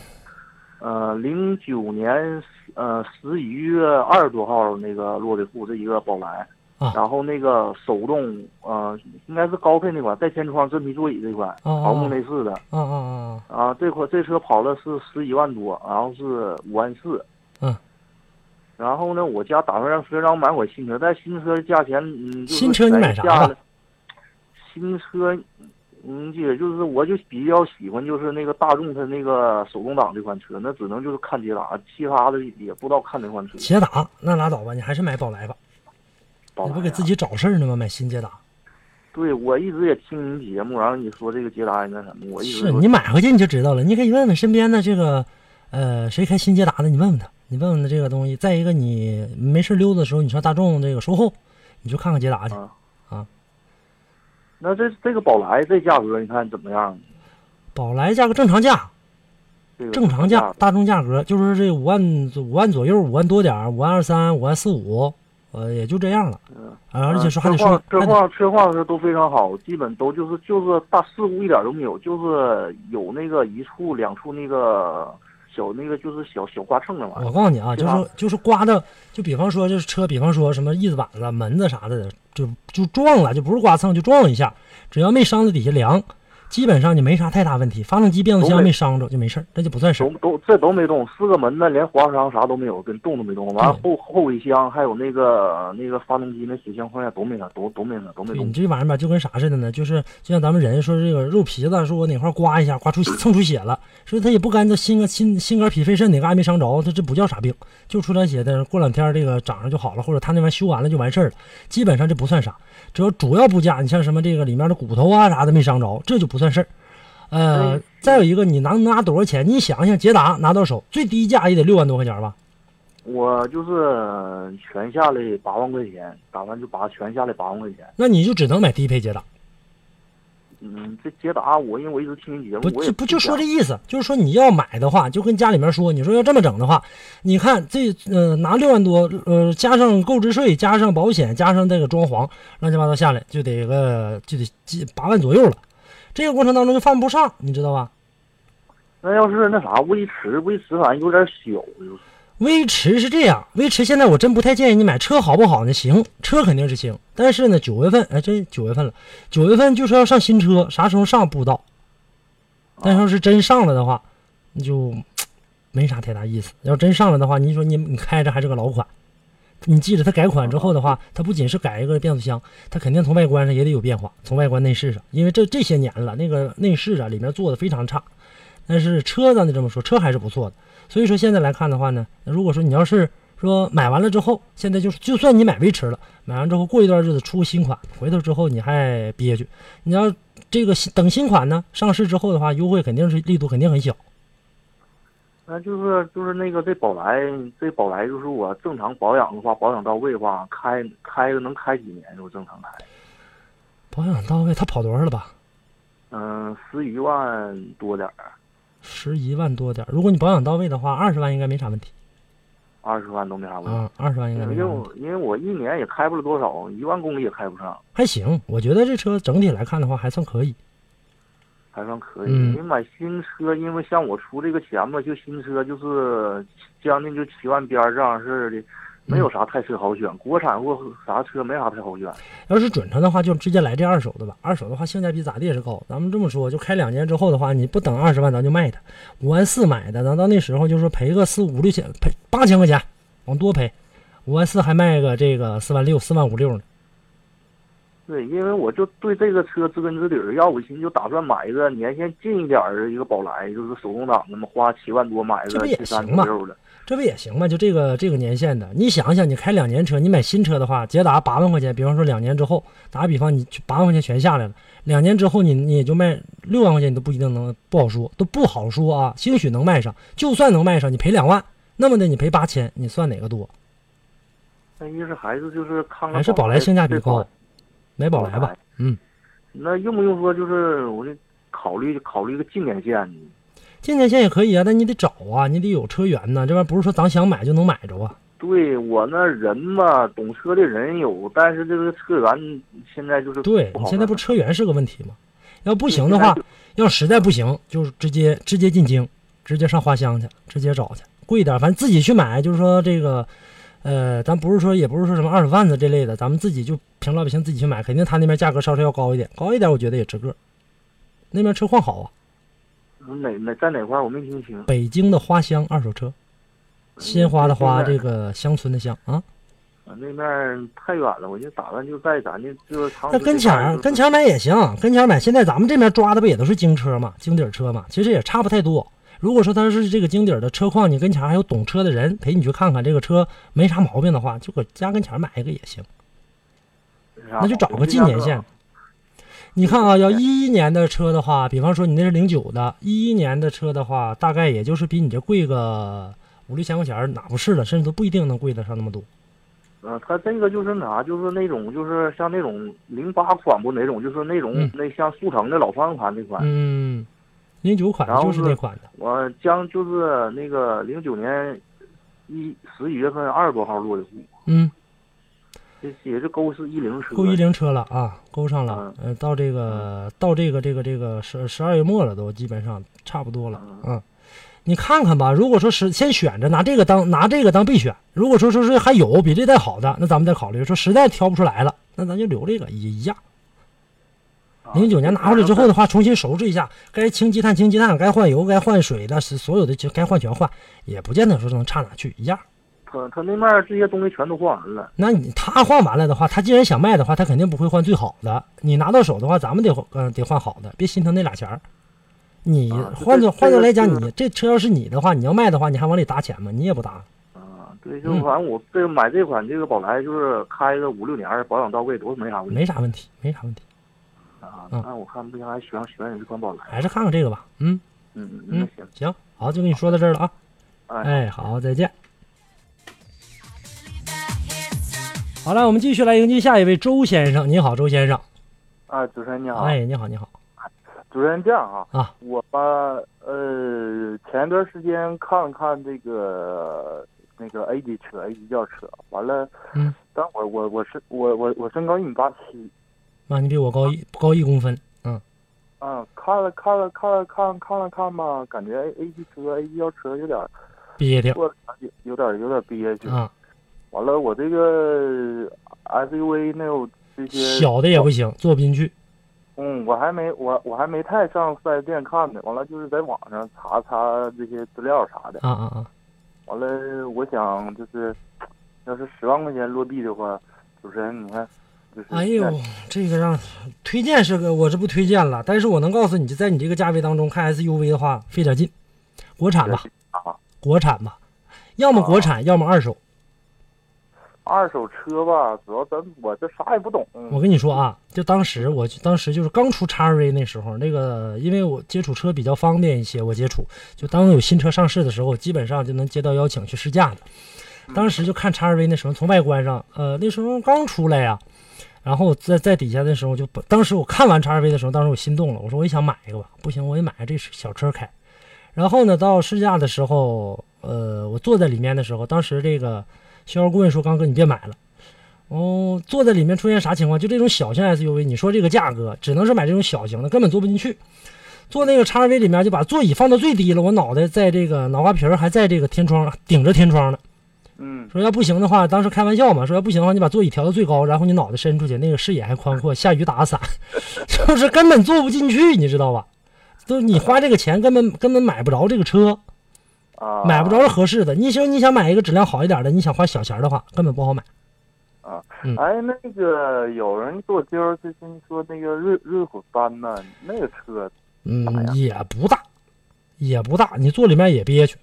C: 呃，零九年呃十一月二十多号那个落的户，这一个宝来。
A: 啊
C: 然后那个手动，呃，应该是高配那款，带天窗、真皮座椅这款，
A: 哦
C: 桃木内饰的。
A: 啊啊啊
C: 啊，这块这车跑了是十一万多，然后是五万四。
A: 嗯。
C: 然后呢，我家打算让车让我买款新车，但新车价钱，嗯，就是
A: 新车你买啥
C: 下
A: 了
C: 来新车，嗯，姐，就是我就比较喜欢就是那个大众它那个手动挡这款车，那只能就是看捷达，其他的也不知道看哪款车。
A: 捷达那拉倒吧，你还是买宝来吧，
C: 宝
A: 你
C: 来
A: 不给自
C: 啊
A: 己找事儿呢吗？买新捷达
C: 对我一直也听您节目，然后你说这个捷达也那什么，我一直
A: 是
C: 都
A: 你买回去你就知道了，你可以问问身边的这个，呃，谁开新捷达的，你问问他，你问问他这个东西。再一个，你没事溜达的时候，你上大众这个售后，你就看看捷达去。
C: 啊
A: 啊。
C: 那这这个宝来这价格你看怎么样？
A: 宝来价格正常价，
C: 这个
A: 正常价，大众价格就是这五万左五万左右，五万多点儿，五万二三，五万四五，呃，也就这样了。
C: 嗯
A: 啊，而且说还得
C: 车
A: 说
C: 况，车
A: 还得
C: 况车况是都非常好，基本都就是就是大事故一点都没有，就是有那个一处两处那个小那个就是小小刮蹭那玩意
A: 我
C: 儿。
A: 告诉你啊，就
C: 对吧
A: 是就是刮的，就比方说就是车，比方说什么翼子板子、门子啥的，就就撞了，就不是刮蹭，就撞一下，只要没伤着底下梁，基本上就没啥太大问题。发动机、变速箱
C: 都没
A: 没伤着就没事儿，那就不算事儿
C: 都。都这都没动，四个门呢，连划伤啥都没有，跟动都没动。完了
A: 嗯
C: 后后备箱还有那个那个发动机那水箱框架都没啥，都都没啥，都没
A: 对
C: 动
A: 你。这玩意儿吧，就跟啥似的呢？就是就像咱们人说这个肉皮子，说我哪块儿刮一下，刮出血蹭出血了，说它也不干，这心肝心心肝脾肺肾哪嘎也没伤着，这这不叫啥病，就出点血，但是过两天这个长上就好了，或者他那玩意儿修完了就完事儿了，基本上这不算啥。只要主要部件，你像什么这个里面的骨头啊啥的没伤着，这就不算事儿。呃，再有一个，你拿拿多少钱？你想想，捷达拿到手最低价也得六万多块钱吧？
C: 我就是全下来八万块钱，打算就把全下来八万块钱。
A: 那你就只能买低配捷达。
C: 嗯，这捷达我因为我一直听你节目，
A: 不
C: 我
A: 就
C: 也
A: 不就
C: 想
A: 说这意思，就是说你要买的话，就跟家里面说，你说要这么整的话，你看这呃拿六万多，呃加上购置税，加上保险，加上这个装潢，乱七八糟下来就得个就得几八万左右了。这个过程当中就犯不上，你知道吧？
C: 那要是那啥威驰，威驰反正有点小，就是
A: 威驰是这样，威驰现在我真不太建议你买车，好不好呢？行，车肯定是行，但是呢，九月份，哎，真九月份了，九月份就是要上新车，啥时候上不知道。但要是真上了的话，你就没啥太大意思。要真上了的话，你说你你开着还是个老款，你记着它改款之后的话，它不仅是改一个变速箱，它肯定从外观上也得有变化，从外观内饰上，因为这这些年了，那个内饰啊里面做的非常差。但是车咱得这么说，车还是不错的。所以说现在来看的话呢，如果说你要是说买完了之后，现在就是就算你买威驰了，买完之后过一段日子出新款，回头之后你还憋屈。你要这个新等新款呢上市之后的话，优惠肯定是力度肯定很小。
C: 那就是就是那个这宝来，这宝来就是我正常保养的话，保养到位的话，开开能开几年就正常开，
A: 保养到位，它跑多少了吧？
C: 嗯、十余万多点儿，
A: 十一万多点儿。如果你保养到位的话，二十万应该没啥问题
C: 二十万都没啥问题。
A: 啊，二十万应该
C: 因
A: 没
C: 为
A: 啥问题，
C: 我因为我一年也开不了多少，一万公里也开不上，
A: 还行。我觉得这车整体来看的话还算可以。
C: 还算可以。
A: 嗯
C: 你买新车，因为像我出这个钱吧，就新车就是将近就七万边儿这样式的，没
A: 嗯
C: 有啥太车好选，国产或啥车没啥太好选。
A: 要是准成的话，就直接来这二手的吧。二手的话，性价比咋地也是高。咱们这么说，就开两年之后的话，你不等二十万，咱就卖它。五万四买的，咱到那时候就是赔个四五六千，赔八千块钱，往多赔。五万四还卖个这个四万六、四万五六呢。
C: 对，因为我就对这个车知根知底儿，要不寻思就打算买一个年限近一点儿的一个宝来，就是手动挡的嘛，花七万多买
A: 这
C: 个
A: 不也
C: 七三
A: 行吗
C: 左右的。
A: 这不也行吗？就这个这个年限的，你想想，你开两年车，你买新车的话，捷达八万块钱，比方说两年之后，打个比方，你八万块钱全下来了，两年之后你你也就卖六万块钱，你都不一定能不好说，都不好说啊，兴许能卖上，就算能卖上，你赔两万，那么的你赔八千，你算哪个多？
C: 那一是还是就是看看
A: 还是宝来性价比高，买哎宝来
C: 宝
A: 吧
C: 来，
A: 嗯。
C: 那用不用说就是我就考虑考虑个近点线的？
A: 近点线也可以啊，但你得找啊，你得有车源呐、这玩意儿不是说咱想买就能买着啊。
C: 对我那人吧，懂车的人有，但是这个车源现在就是
A: 对
C: 不
A: 你
C: 好
A: 现在
C: 弄
A: 不车源是个问题吗？要不行的话
C: 对现，
A: 要实在不行，就是直接直接进京，直接上花乡去，直接找去，贵一点，反正自己去买。就是说这个，呃，咱不是说也不是说什么二手贩子这类的，咱们自己就凭老百姓自己去买，肯定他那边价格稍稍要高一点，高一点我觉得也值个。那边车况好啊，
C: 哪哪在哪块儿我没听清。啊
A: 北京的花乡二手车，鲜花的花，
C: 现在
A: 这个乡村的乡啊，
C: 啊那面儿太远了，我就打算就在咱这啊就是长
A: 那
C: 春
A: 跟
C: 这
A: 前
C: 块
A: 儿
C: 儿就是
A: 跟前儿买也行，跟前儿买。现在咱们这边抓的不也都是京车嘛，京底儿车嘛，其实也差不太多。如果说它是这个京底儿的车况，你跟前儿还有懂车的人陪你去看看，这个车没啥毛病的话，就搁家跟前儿买一个也行，
C: 啊
A: 那就找个近年限。。你看啊，要一一年的车的话，比方说你那是零九的，一一年的车的话，大概也就是比你这贵个五六千块钱儿，哪不是了，甚至都不一定能贵得上那么多。
C: 嗯、它这个就是哪，就是那种就是像那种零八款不哪种，就是那种、
A: 嗯
C: 那像速腾的老方向盘那款。
A: 嗯，零九款的
C: 哎然后
A: 就是那
C: 是
A: 款的，
C: 我将就是那个零九年一十一月份二十多号落的户，
A: 嗯。
C: 这也是勾是一零车。
A: 够一零车了啊，勾上了
C: 嗯，
A: 呃，到这个到这个这个这个十十二月末了，都基本上差不多了，嗯，你看看吧。如果说是先选着拿这个当拿这个当备选，如果说说是还有比这代好的，那咱们再考虑。说实在挑不出来了，那咱就留这个也一样。零九年拿回来之后的话，重新收拾一下，该清积碳清积碳，该换油该换水的，是所有的就该换全换，也不见得说能差哪去，一样。
C: 他他那面儿这些东西全都换完了，
A: 那你他换完了的话，他既然想卖的话，他肯定不会换最好的。你拿到手的话，咱们得换呃得换好的，别心疼那俩钱儿。你
C: 啊
A: 换
C: 这
A: 做
C: 个
A: 换做来讲，
C: 这个
A: 你这车要是你的话，你要卖的话，你还往里搭钱吗？你也不搭。
C: 啊，对，就
A: 嗯
C: 反正我这买这款这个宝来就是开个五六年儿，保养到位都没啥问题
A: 没啥问题，没啥问题，
C: 啊。
A: 嗯
C: 那我看不行，还选选选这款宝来。
A: 还是看看这个吧。嗯
C: 嗯，那
A: 嗯
C: 行，，
A: 行，好，就跟你说到这儿了啊。
C: 哎。
A: 哎，好，再见。好了，我们继续来迎接下一位周先生。你好，周先生。
C: 啊，主持人你好，
A: 哎，你好，你好。
C: 主持人这样啊，
A: 啊
C: 我吧，呃，前段时间看了看这个那个 A 级车，A 级轿车，完了，
A: 嗯，
C: 但我我我是我我我身高一米八七，
A: 妈，你比我高一高一公分，嗯，
C: 啊，看了看了看了看看了看吧，感觉 A A 级车 A 级轿车有点儿
A: 憋挺
C: 过得有有点儿有点儿憋屈，
A: 啊，
C: 完了我这个 SUV 那有这些
A: 小的也不行，坐不进去。
C: 嗯，我还没我我还没太上四 S 店看呢，完了就是在网上查查这些资料啥的，
A: 啊啊啊！
C: 完了我想就是，要是十万块钱落地的话，主持人你看，就是
A: 哎呦，这个让推荐是个我是不推荐了，但是我能告诉你，就在你这个价位当中看 SUV 的话，费点劲，国产吧，
C: 啊
A: 国产吧，要么国产，要么二手。
C: 二手车吧，主要咱我这啥也不懂，
A: 我跟你说啊，就当时我就当时就是刚出 XRV 那时候，那个因为我接触车比较方便一些，我接触就当有新车上市的时候，基本上就能接到邀请去试驾的。当时就看 XRV 那什么，从外观上，呃，那时候刚出来呀、然后在在底下的时候就，当时我看完 XRV 的时候，当时我心动了，我说我也想买一个吧，不行我也买个这小车开。然后呢，到试驾的时候，呃，我坐在里面的时候，当时这个销售顾问说：“刚哥，你别买了。”哦，坐在里面出现啥情况？就这种小型 SUV，你说这个价格，只能是买这种小型的，根本坐不进去。坐那个 XRV 里面，就把座椅放到最低了，我脑袋在这个脑瓜皮儿还在这个天窗顶着天窗呢。
C: 嗯
A: 说要不行的话，当时开玩笑嘛，说要不行的话，你把座椅调到最高，然后你脑袋伸出去，那个视野还宽阔，下雨打伞， 就是根本坐不进去，你知道吧？就是你花这个钱根本根本买不着这个车，
C: 啊
A: 买不着合适的。你想你想买一个质量好一点的，你想花小钱的话，根本不好买。
C: 啊
A: 嗯，
C: 哎那个有人给我介绍最近说那个瑞瑞虎三呢，那个车
A: 嗯，也不大，也不大，你坐里面也憋屈。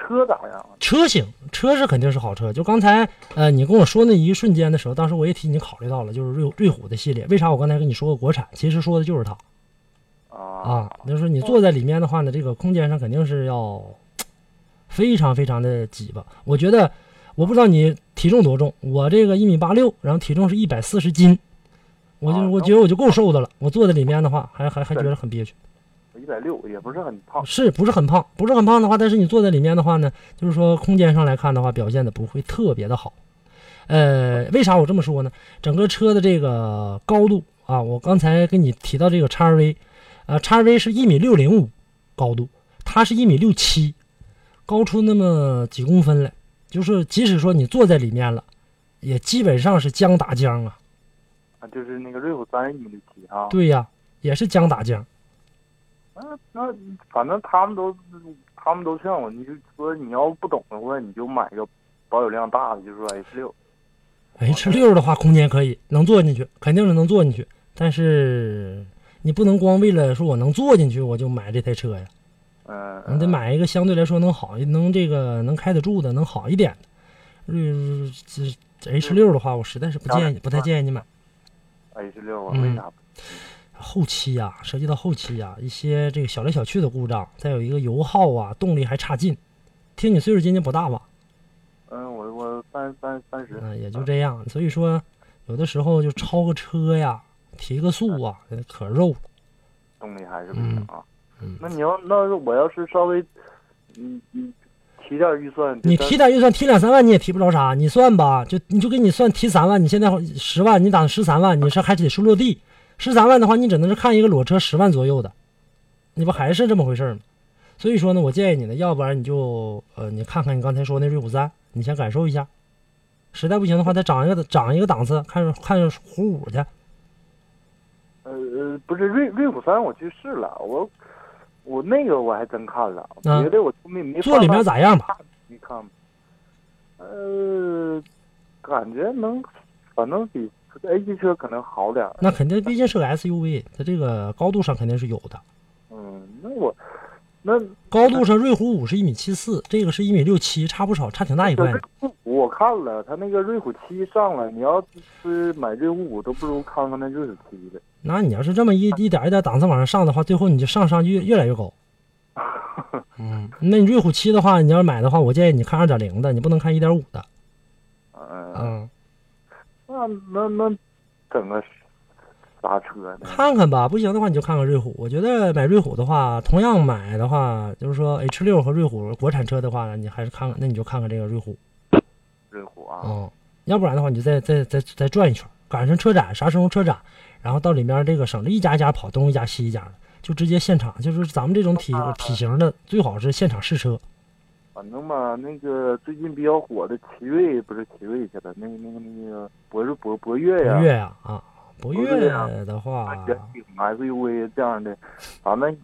C: 车咋样？啊
A: 车型，车是肯定是好车。就刚才呃，你跟我说那一瞬间的时候，当时我也替你考虑到了，就是瑞瑞虎的系列。为啥我刚才跟你说过国产？其实说的就是它啊
C: 啊。
A: 就是你坐在里面的话呢，这个空间上肯定是要非常非常的挤吧。我觉得，我不知道你体重多重，我这个一米八六，然后体重是一百四十斤，我就
C: 啊
A: 我觉得我就够瘦的了。我坐在里面的话，还还还觉得很憋屈。
C: 一百六也不是很胖，
A: 是不是很胖？不是很胖的话，但是你坐在里面的话呢，就是说空间上来看的话，表现的不会特别的好。呃，为啥我这么说呢？整个车的这个高度啊，我刚才跟你提到这个 XRV，呃，XRV 是一米六零五高度，它是一米六七，高出那么几公分来。就是即使说你坐在里面了，也基本上是将打将啊。
C: 啊就是那个瑞虎三一米六七啊。
A: 对呀，也是将打将。
C: 那那反正他们都他们都劝我，你就说你要不懂的话，你就买个保有量大的，就是说 H 六。
A: H 哎六的话，空间可以，能坐进去，肯定是能坐进去。但是你不能光为了说我能坐进去，我就买这台车呀。
C: 嗯，
A: 你得买一个相对来说能好一，能这个能开得住的，能好一点的。嗯，这 H 六的话，我实在是不建议，不太建议你买。
C: H 六啊，
A: 嗯
C: 为啥？
A: 后期呀、涉及到后期呀、一些这个小来小去的故障，再有一个油耗啊，动力还差劲。听你岁数今年不大吧？
C: 嗯，我我三三三十。
A: 嗯，也就这样。所以说，有的时候就超个车呀，提个速啊，可肉了。
C: 动力还是不行啊。
A: 嗯嗯
C: 那你要那我要是稍微，嗯嗯，提点预算，
A: 你
C: 就
A: 提点预算，提两三万你也提不着啥，你算吧，就你就给你算提三万，你现在十万，你打算十三万，你是还得是落地，十三万的话，你只能是看一个裸车十万左右的，你不还是这么回事儿吗？所以说呢，我建议你呢，要不然你就呃，你看看你刚才说那瑞虎三，你先感受一下，实在不行的话，再涨一个涨一个档次，看看虎五去。
C: 呃呃，不是瑞瑞虎三我去试了，我我那个我还真看了，
A: 嗯
C: 别的我都没没
A: 坐里面咋样吧？
C: 你看吧，呃，感觉能，反正比 A 级车可能好点儿。
A: 那肯定，毕竟是个 SUV，它这个高度上肯定是有的。
C: 嗯，那我那
A: 高度上，瑞虎五是一米七四，这个是一米六七，差不少，差挺大一
C: 这
A: 块
C: 瑞
A: 呢。
C: 虎五我看了，它那个瑞虎七上了，你要是买瑞虎五都不如看看那瑞虎七的。
A: 那你要是这么一一点一点档次往上上的话，最后你就上上越越来越高。嗯，那你瑞虎七的话，你要买的话，我建议你看二点零的，你不能看一点五的。
C: 嗯，
A: 嗯，
C: 那那那整个啥车呢？
A: 看看吧，不行的话你就看看瑞虎。我觉得买瑞虎的话，同样买的话，就是说 H 六和瑞虎国产车的话，你还是看看，那你就看看这个瑞虎
C: 瑞虎
A: 啊、
C: 啊，
A: 嗯要不然的话，你就再再再再转一圈，赶上车展，啥时候车展，然后到里面这个省着一家一家跑，东一家西一家的，就直接现场，就是咱们这种体体型的，最好是现场试车。
C: 反正吧，那个最近比较火的奇瑞不是奇瑞去了，那个那个那个博瑞博博越呀、
A: 博越呀啊，博
C: 博
A: 越
C: 越啊
A: 的
C: 啊
A: 话，
C: 原顶 SUV 这样的，反正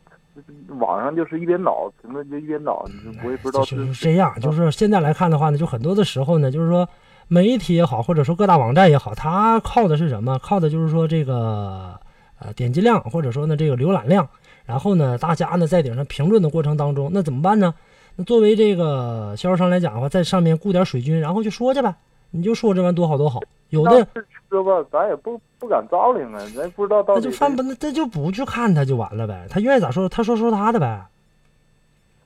C: 网上就是一边倒，评论就一边倒，我也不知道
A: 就是
C: 是嗯
A: 是这样，就是现在来看的话呢，就很多的时候呢，就是说媒体也好，或者说各大网站也好，它靠的是什么？靠的就是说这个呃点击量，或者说呢这个浏览量。然后呢，大家呢在顶上评论的过程当中，那怎么办呢？那作为这个销售商来讲的话，在上面雇点水军，然后就说去呗，你就说这玩意儿多好多好。有的
C: 但是车吧，咱也不不敢造领啊，咱不知道到
A: 那
C: 底
A: 就是翻吧，那那就不去看他就完了呗，他愿意咋说他说说他的呗，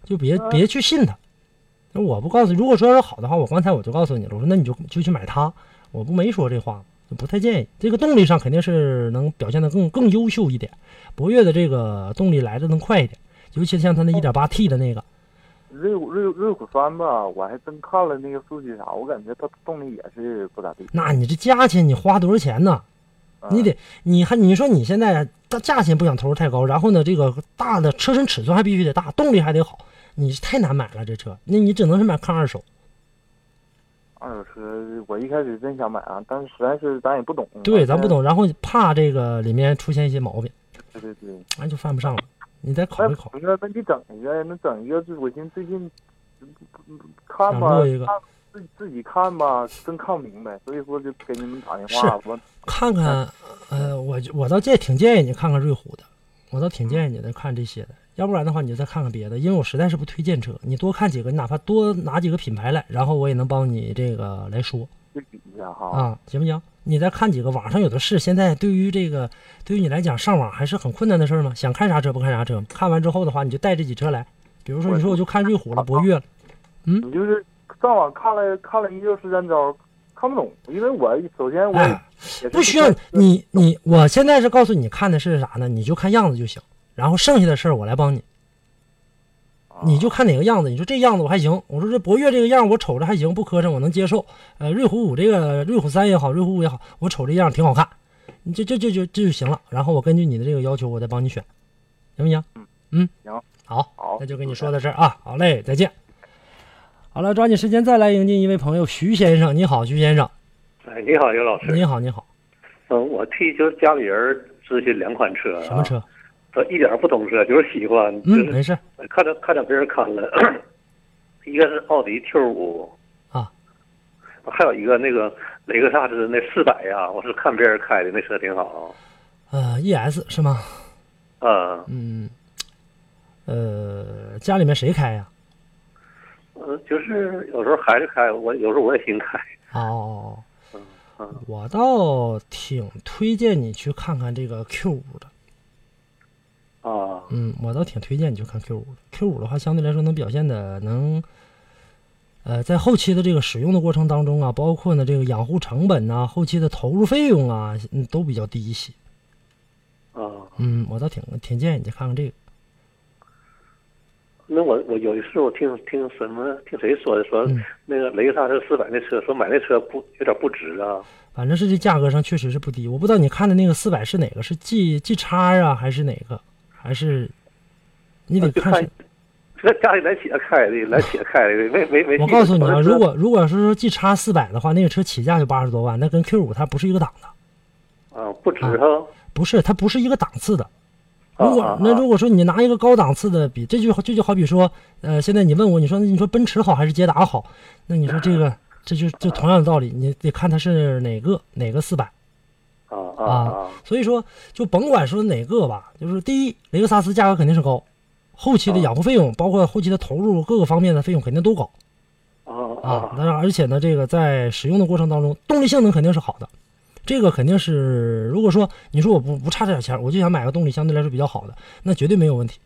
A: 就别
C: 啊
A: 别去信他。那我不告诉你，如果说要是好的话，我刚才我就告诉你了，我说那你就就去买它，我不没说这话吗，就不太建议。这个动力上肯定是能表现的更更优秀一点，博越的这个动力来的能快一点，尤其像它那 1.8T 的那个，
C: 瑞虎瑞瑞虎三吧，我还真看了那个数据啥，我感觉它动力也是不咋地。
A: 那你这价钱你花多少钱呢？
C: 啊
A: 你得，你还你说你现在大价钱不想投入太高，然后呢，这个大的车身尺寸还必须得大，动力还得好，你是太难买了这车，那你只能是买看二手。
C: 二手车，我一开始真想买啊，但是实在是咱也不懂。
A: 对，咱不。懂，然后怕这个里面出现一些毛病，
C: 对对对。
A: 哎，就犯不上了。你再考
C: 那
A: 虑考虑，
C: 那那你整一个，那整一个，就我寻思最近看
A: 想
C: 吧
A: 录，一个，
C: 看自己自己看吧，真看不明白，所以说就给你们打电话。我
A: 看看，呃，我就我倒建挺建议你看看瑞虎的，我倒挺建议你再看这些的，要不然的话你就再看看别的，因为我实在是不推荐车，你多看几个，你哪怕多拿几个品牌来，然后我也能帮你这个来说。
C: 对比一下哈。
A: 啊，行不行？你再看几个，网上有的是。现在对于这个，对于你来讲，上网还是很困难的事儿嘛。想看啥车不看啥车，看完之后的话，你就带这几车来。比如说，你说我就看瑞虎了、博越了，
C: 你就是上网看了看了一个十三招，看不懂，因为我首先我也
A: 哎不需要你你，我现在是告诉你看的是啥呢？你就看样子就行，然后剩下的事儿我来帮你。
C: 哦
A: 你就看哪个样子，你说这样子我还行，我说这博越这个样我瞅着还行，不磕碜，我能接受。呃，瑞虎五这个瑞虎三也好，瑞虎五也好，我瞅这样挺好看，你就就就就这就行了。然后我根据你的这个要求，我再帮你选，行不行？嗯，
C: 行，
A: 好，
C: 好
A: 那就跟你说到这儿啊，好嘞，再见。好了，抓紧时间再来迎进一位朋友，徐先生，你好，徐先生，
G: 哎，你好，尤老师。
A: 你好，你好，
G: 嗯，我替就是家里人咨询两款车、啊。
A: 什么？车？
G: 他一点儿不懂车，就是喜欢，就
A: 嗯，没
G: 是
A: 事
G: 呃
A: 儿
G: 看着看着别人看了。 一个是奥迪 Q 五，
A: 啊，
G: 还有一个那个雷克萨斯那四百呀，我是看别人开的，那车挺好。
A: 呃，ES 是吗？
G: 啊，
A: 嗯，呃，家里面谁开呀？
G: 嗯，就是有时候孩子开，我有时候我也新 开。
A: 哦，
G: 嗯
A: 我倒挺推荐你去看看这个 Q 五的。
G: 啊，
A: 嗯，我倒挺推荐你去看 Q 五的。Q 五的话，相对来说能表现的能，呃，在后期的这个使用的过程当中啊，包括呢这个养护成本呐、后期的投入费用啊，嗯都比较低一些。
G: 啊，
A: 嗯，我倒挺挺建议你去看看这个。
G: 那我我有一次我听听什么听谁说的说、
A: 嗯
G: 那个雷克萨斯四百那车，说买那车不有点不值 啊？
A: 反正是这价格上确实是不低，我不知道你看的那个四百是哪个，是 G G 叉啊，还是哪个？还是你得
G: 就
A: 看
G: 看
A: 是
G: 这家里来姐开的，来姐开的，没没没。
A: 我告诉你啊，如果如果是说 G 叉四百的话，那个车起价就八十多万，那跟 Q 五它不是一个档的，
G: 啊不值哈，
A: 不是，它不是一个档次的。
G: 啊
A: 如果、
G: 啊
A: 那
G: 啊
A: 如果说你拿一个高档次的比，这就这就好比说，呃，现在你问我，你说你说奔驰好还是捷达好？那你说这个这就就同样的道理，你得看它是哪个哪个四百
G: 啊
A: 啊
G: 啊。
A: 所以说就甭管说哪个吧，就是第一，雷克萨斯价格肯定是高，后期的养护费用，包括后期的投入各个方面的费用肯定都高。
G: 啊
A: 啊，
G: 啊
A: 但是而且呢，这个在使用的过程当中，动力性能肯定是好的，这个肯定是，如果说你说我不不差这点钱儿，我就想买个动力相对来说比较好的，那绝对没有问题。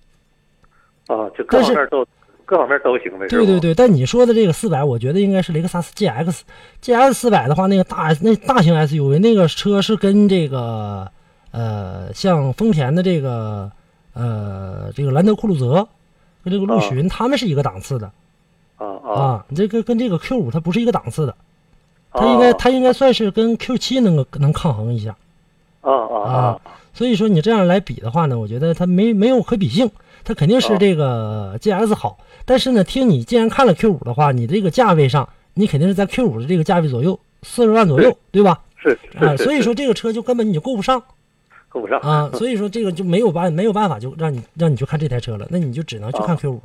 G: 啊！就各方面都各方面都行呗。
A: 对对对，但你说的这个四百，我觉得应该是雷克萨斯 GX GX 四百的话，那个大那大型 SUV 那个车是跟这个呃，像丰田的这个呃这个兰德酷路泽跟这个陆巡，他们是一个档次的
G: 啊啊
A: 啊，这个跟这个 Q 五它不是一个档次的，它应该它应该算是跟 Q 七能够能抗衡一下
G: 啊啊
A: 啊，所以说你这样来比的话呢，我觉得它没没有可比性。它肯定
G: 啊
A: 是这个 GS 好，但是呢，听你既然看了 Q 五的话，你这个价位上，你肯定是在 Q 五的这个价位左右，四十万左右，对吧？
G: 是
A: 啊、
G: 是是，
A: 所以说这个车就根本你就够不 上
G: 够不上
A: 啊、所以说这个就没有办没有办法就让你让你去看这台车了，那你就只能去看 Q 五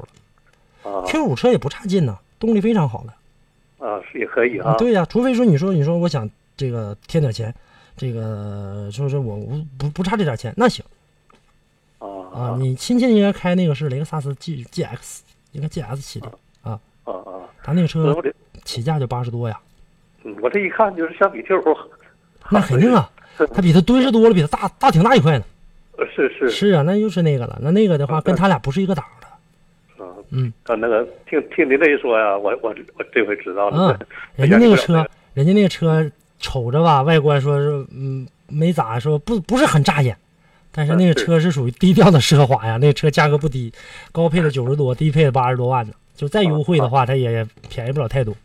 A: 了。
G: 啊
A: Q 五车也不差劲呐、动力非常好的。
G: 啊，是也可以啊，
A: 对呀、除非说你说你说我想这个添点钱，这个说是我无不不差这点钱，那行
G: 啊
A: 啊，你亲戚应该开那个是雷克萨斯 G G X，应该 G S 系列啊，
G: 啊啊，
A: 他那个
G: 我
A: 车
G: 这
A: 起价就八十 多呀，
G: 嗯我这一看就是相比 Q，
A: 那肯定啊，他比他敦实多了，比他大大挺大一块呢。
G: 是是
A: 是啊，那就是那个了，那那个的话跟他俩不是一个档的。
G: 啊，
A: 嗯
G: 刚那个听听您这一说呀，我我我这回知道了
A: 嗯，，
G: 哎
A: 人家那个车，人家那个车瞅着吧，外观说是嗯没咋说不不是很扎眼，但是那个车是属于低调的奢华呀，那个车价格不低，高配的九十多，低配的八十多万呢，就再优惠的话，它也便宜不了太多。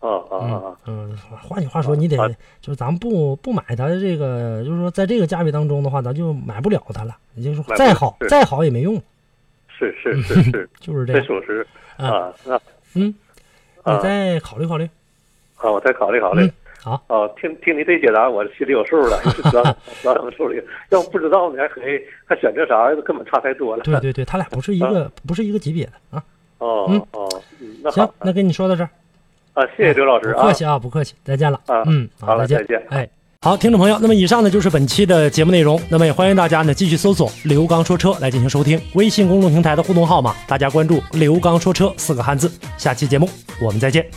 G: 啊啊啊
A: 嗯，换句话说，你得就是咱们不不买它的这个，就是说在这个价位当中的话，咱就买不了它了。也就是说，
G: 买不了
A: 再好
G: 是
A: 再好也没用，
G: 是是是 是，
A: 就是这
G: 这
A: 样。
G: 属实啊，那
A: 嗯，
G: 啊
A: 你再考虑考虑。
G: 啊，我再考虑考虑
A: 嗯。，好，
G: 哦，听听你这解答，我心里有数 了，知道知道有数了。要不知道呢，还可以还选择啥，根本差太多了。
A: 对对对，他俩不是一个不是一个级别的啊。
G: 哦、
A: 嗯
G: 哦，嗯那
A: 行
G: 好，
A: 那跟你说到这儿。
G: 啊，谢谢刘老师
A: 不
G: 啊
A: 客，气啊，不客气，再见了。
G: 啊
A: 嗯，
G: 好
A: 再
G: 了
A: 见，
G: 再见
A: 哎。好，听众朋友，那么以上呢就是本期的节目内容。那么也欢迎大家呢继续搜索“刘刚说车”来进行收听。微信公众平台的互动号码，大家关注“刘刚说车”四个汉字。下期节目我们再见。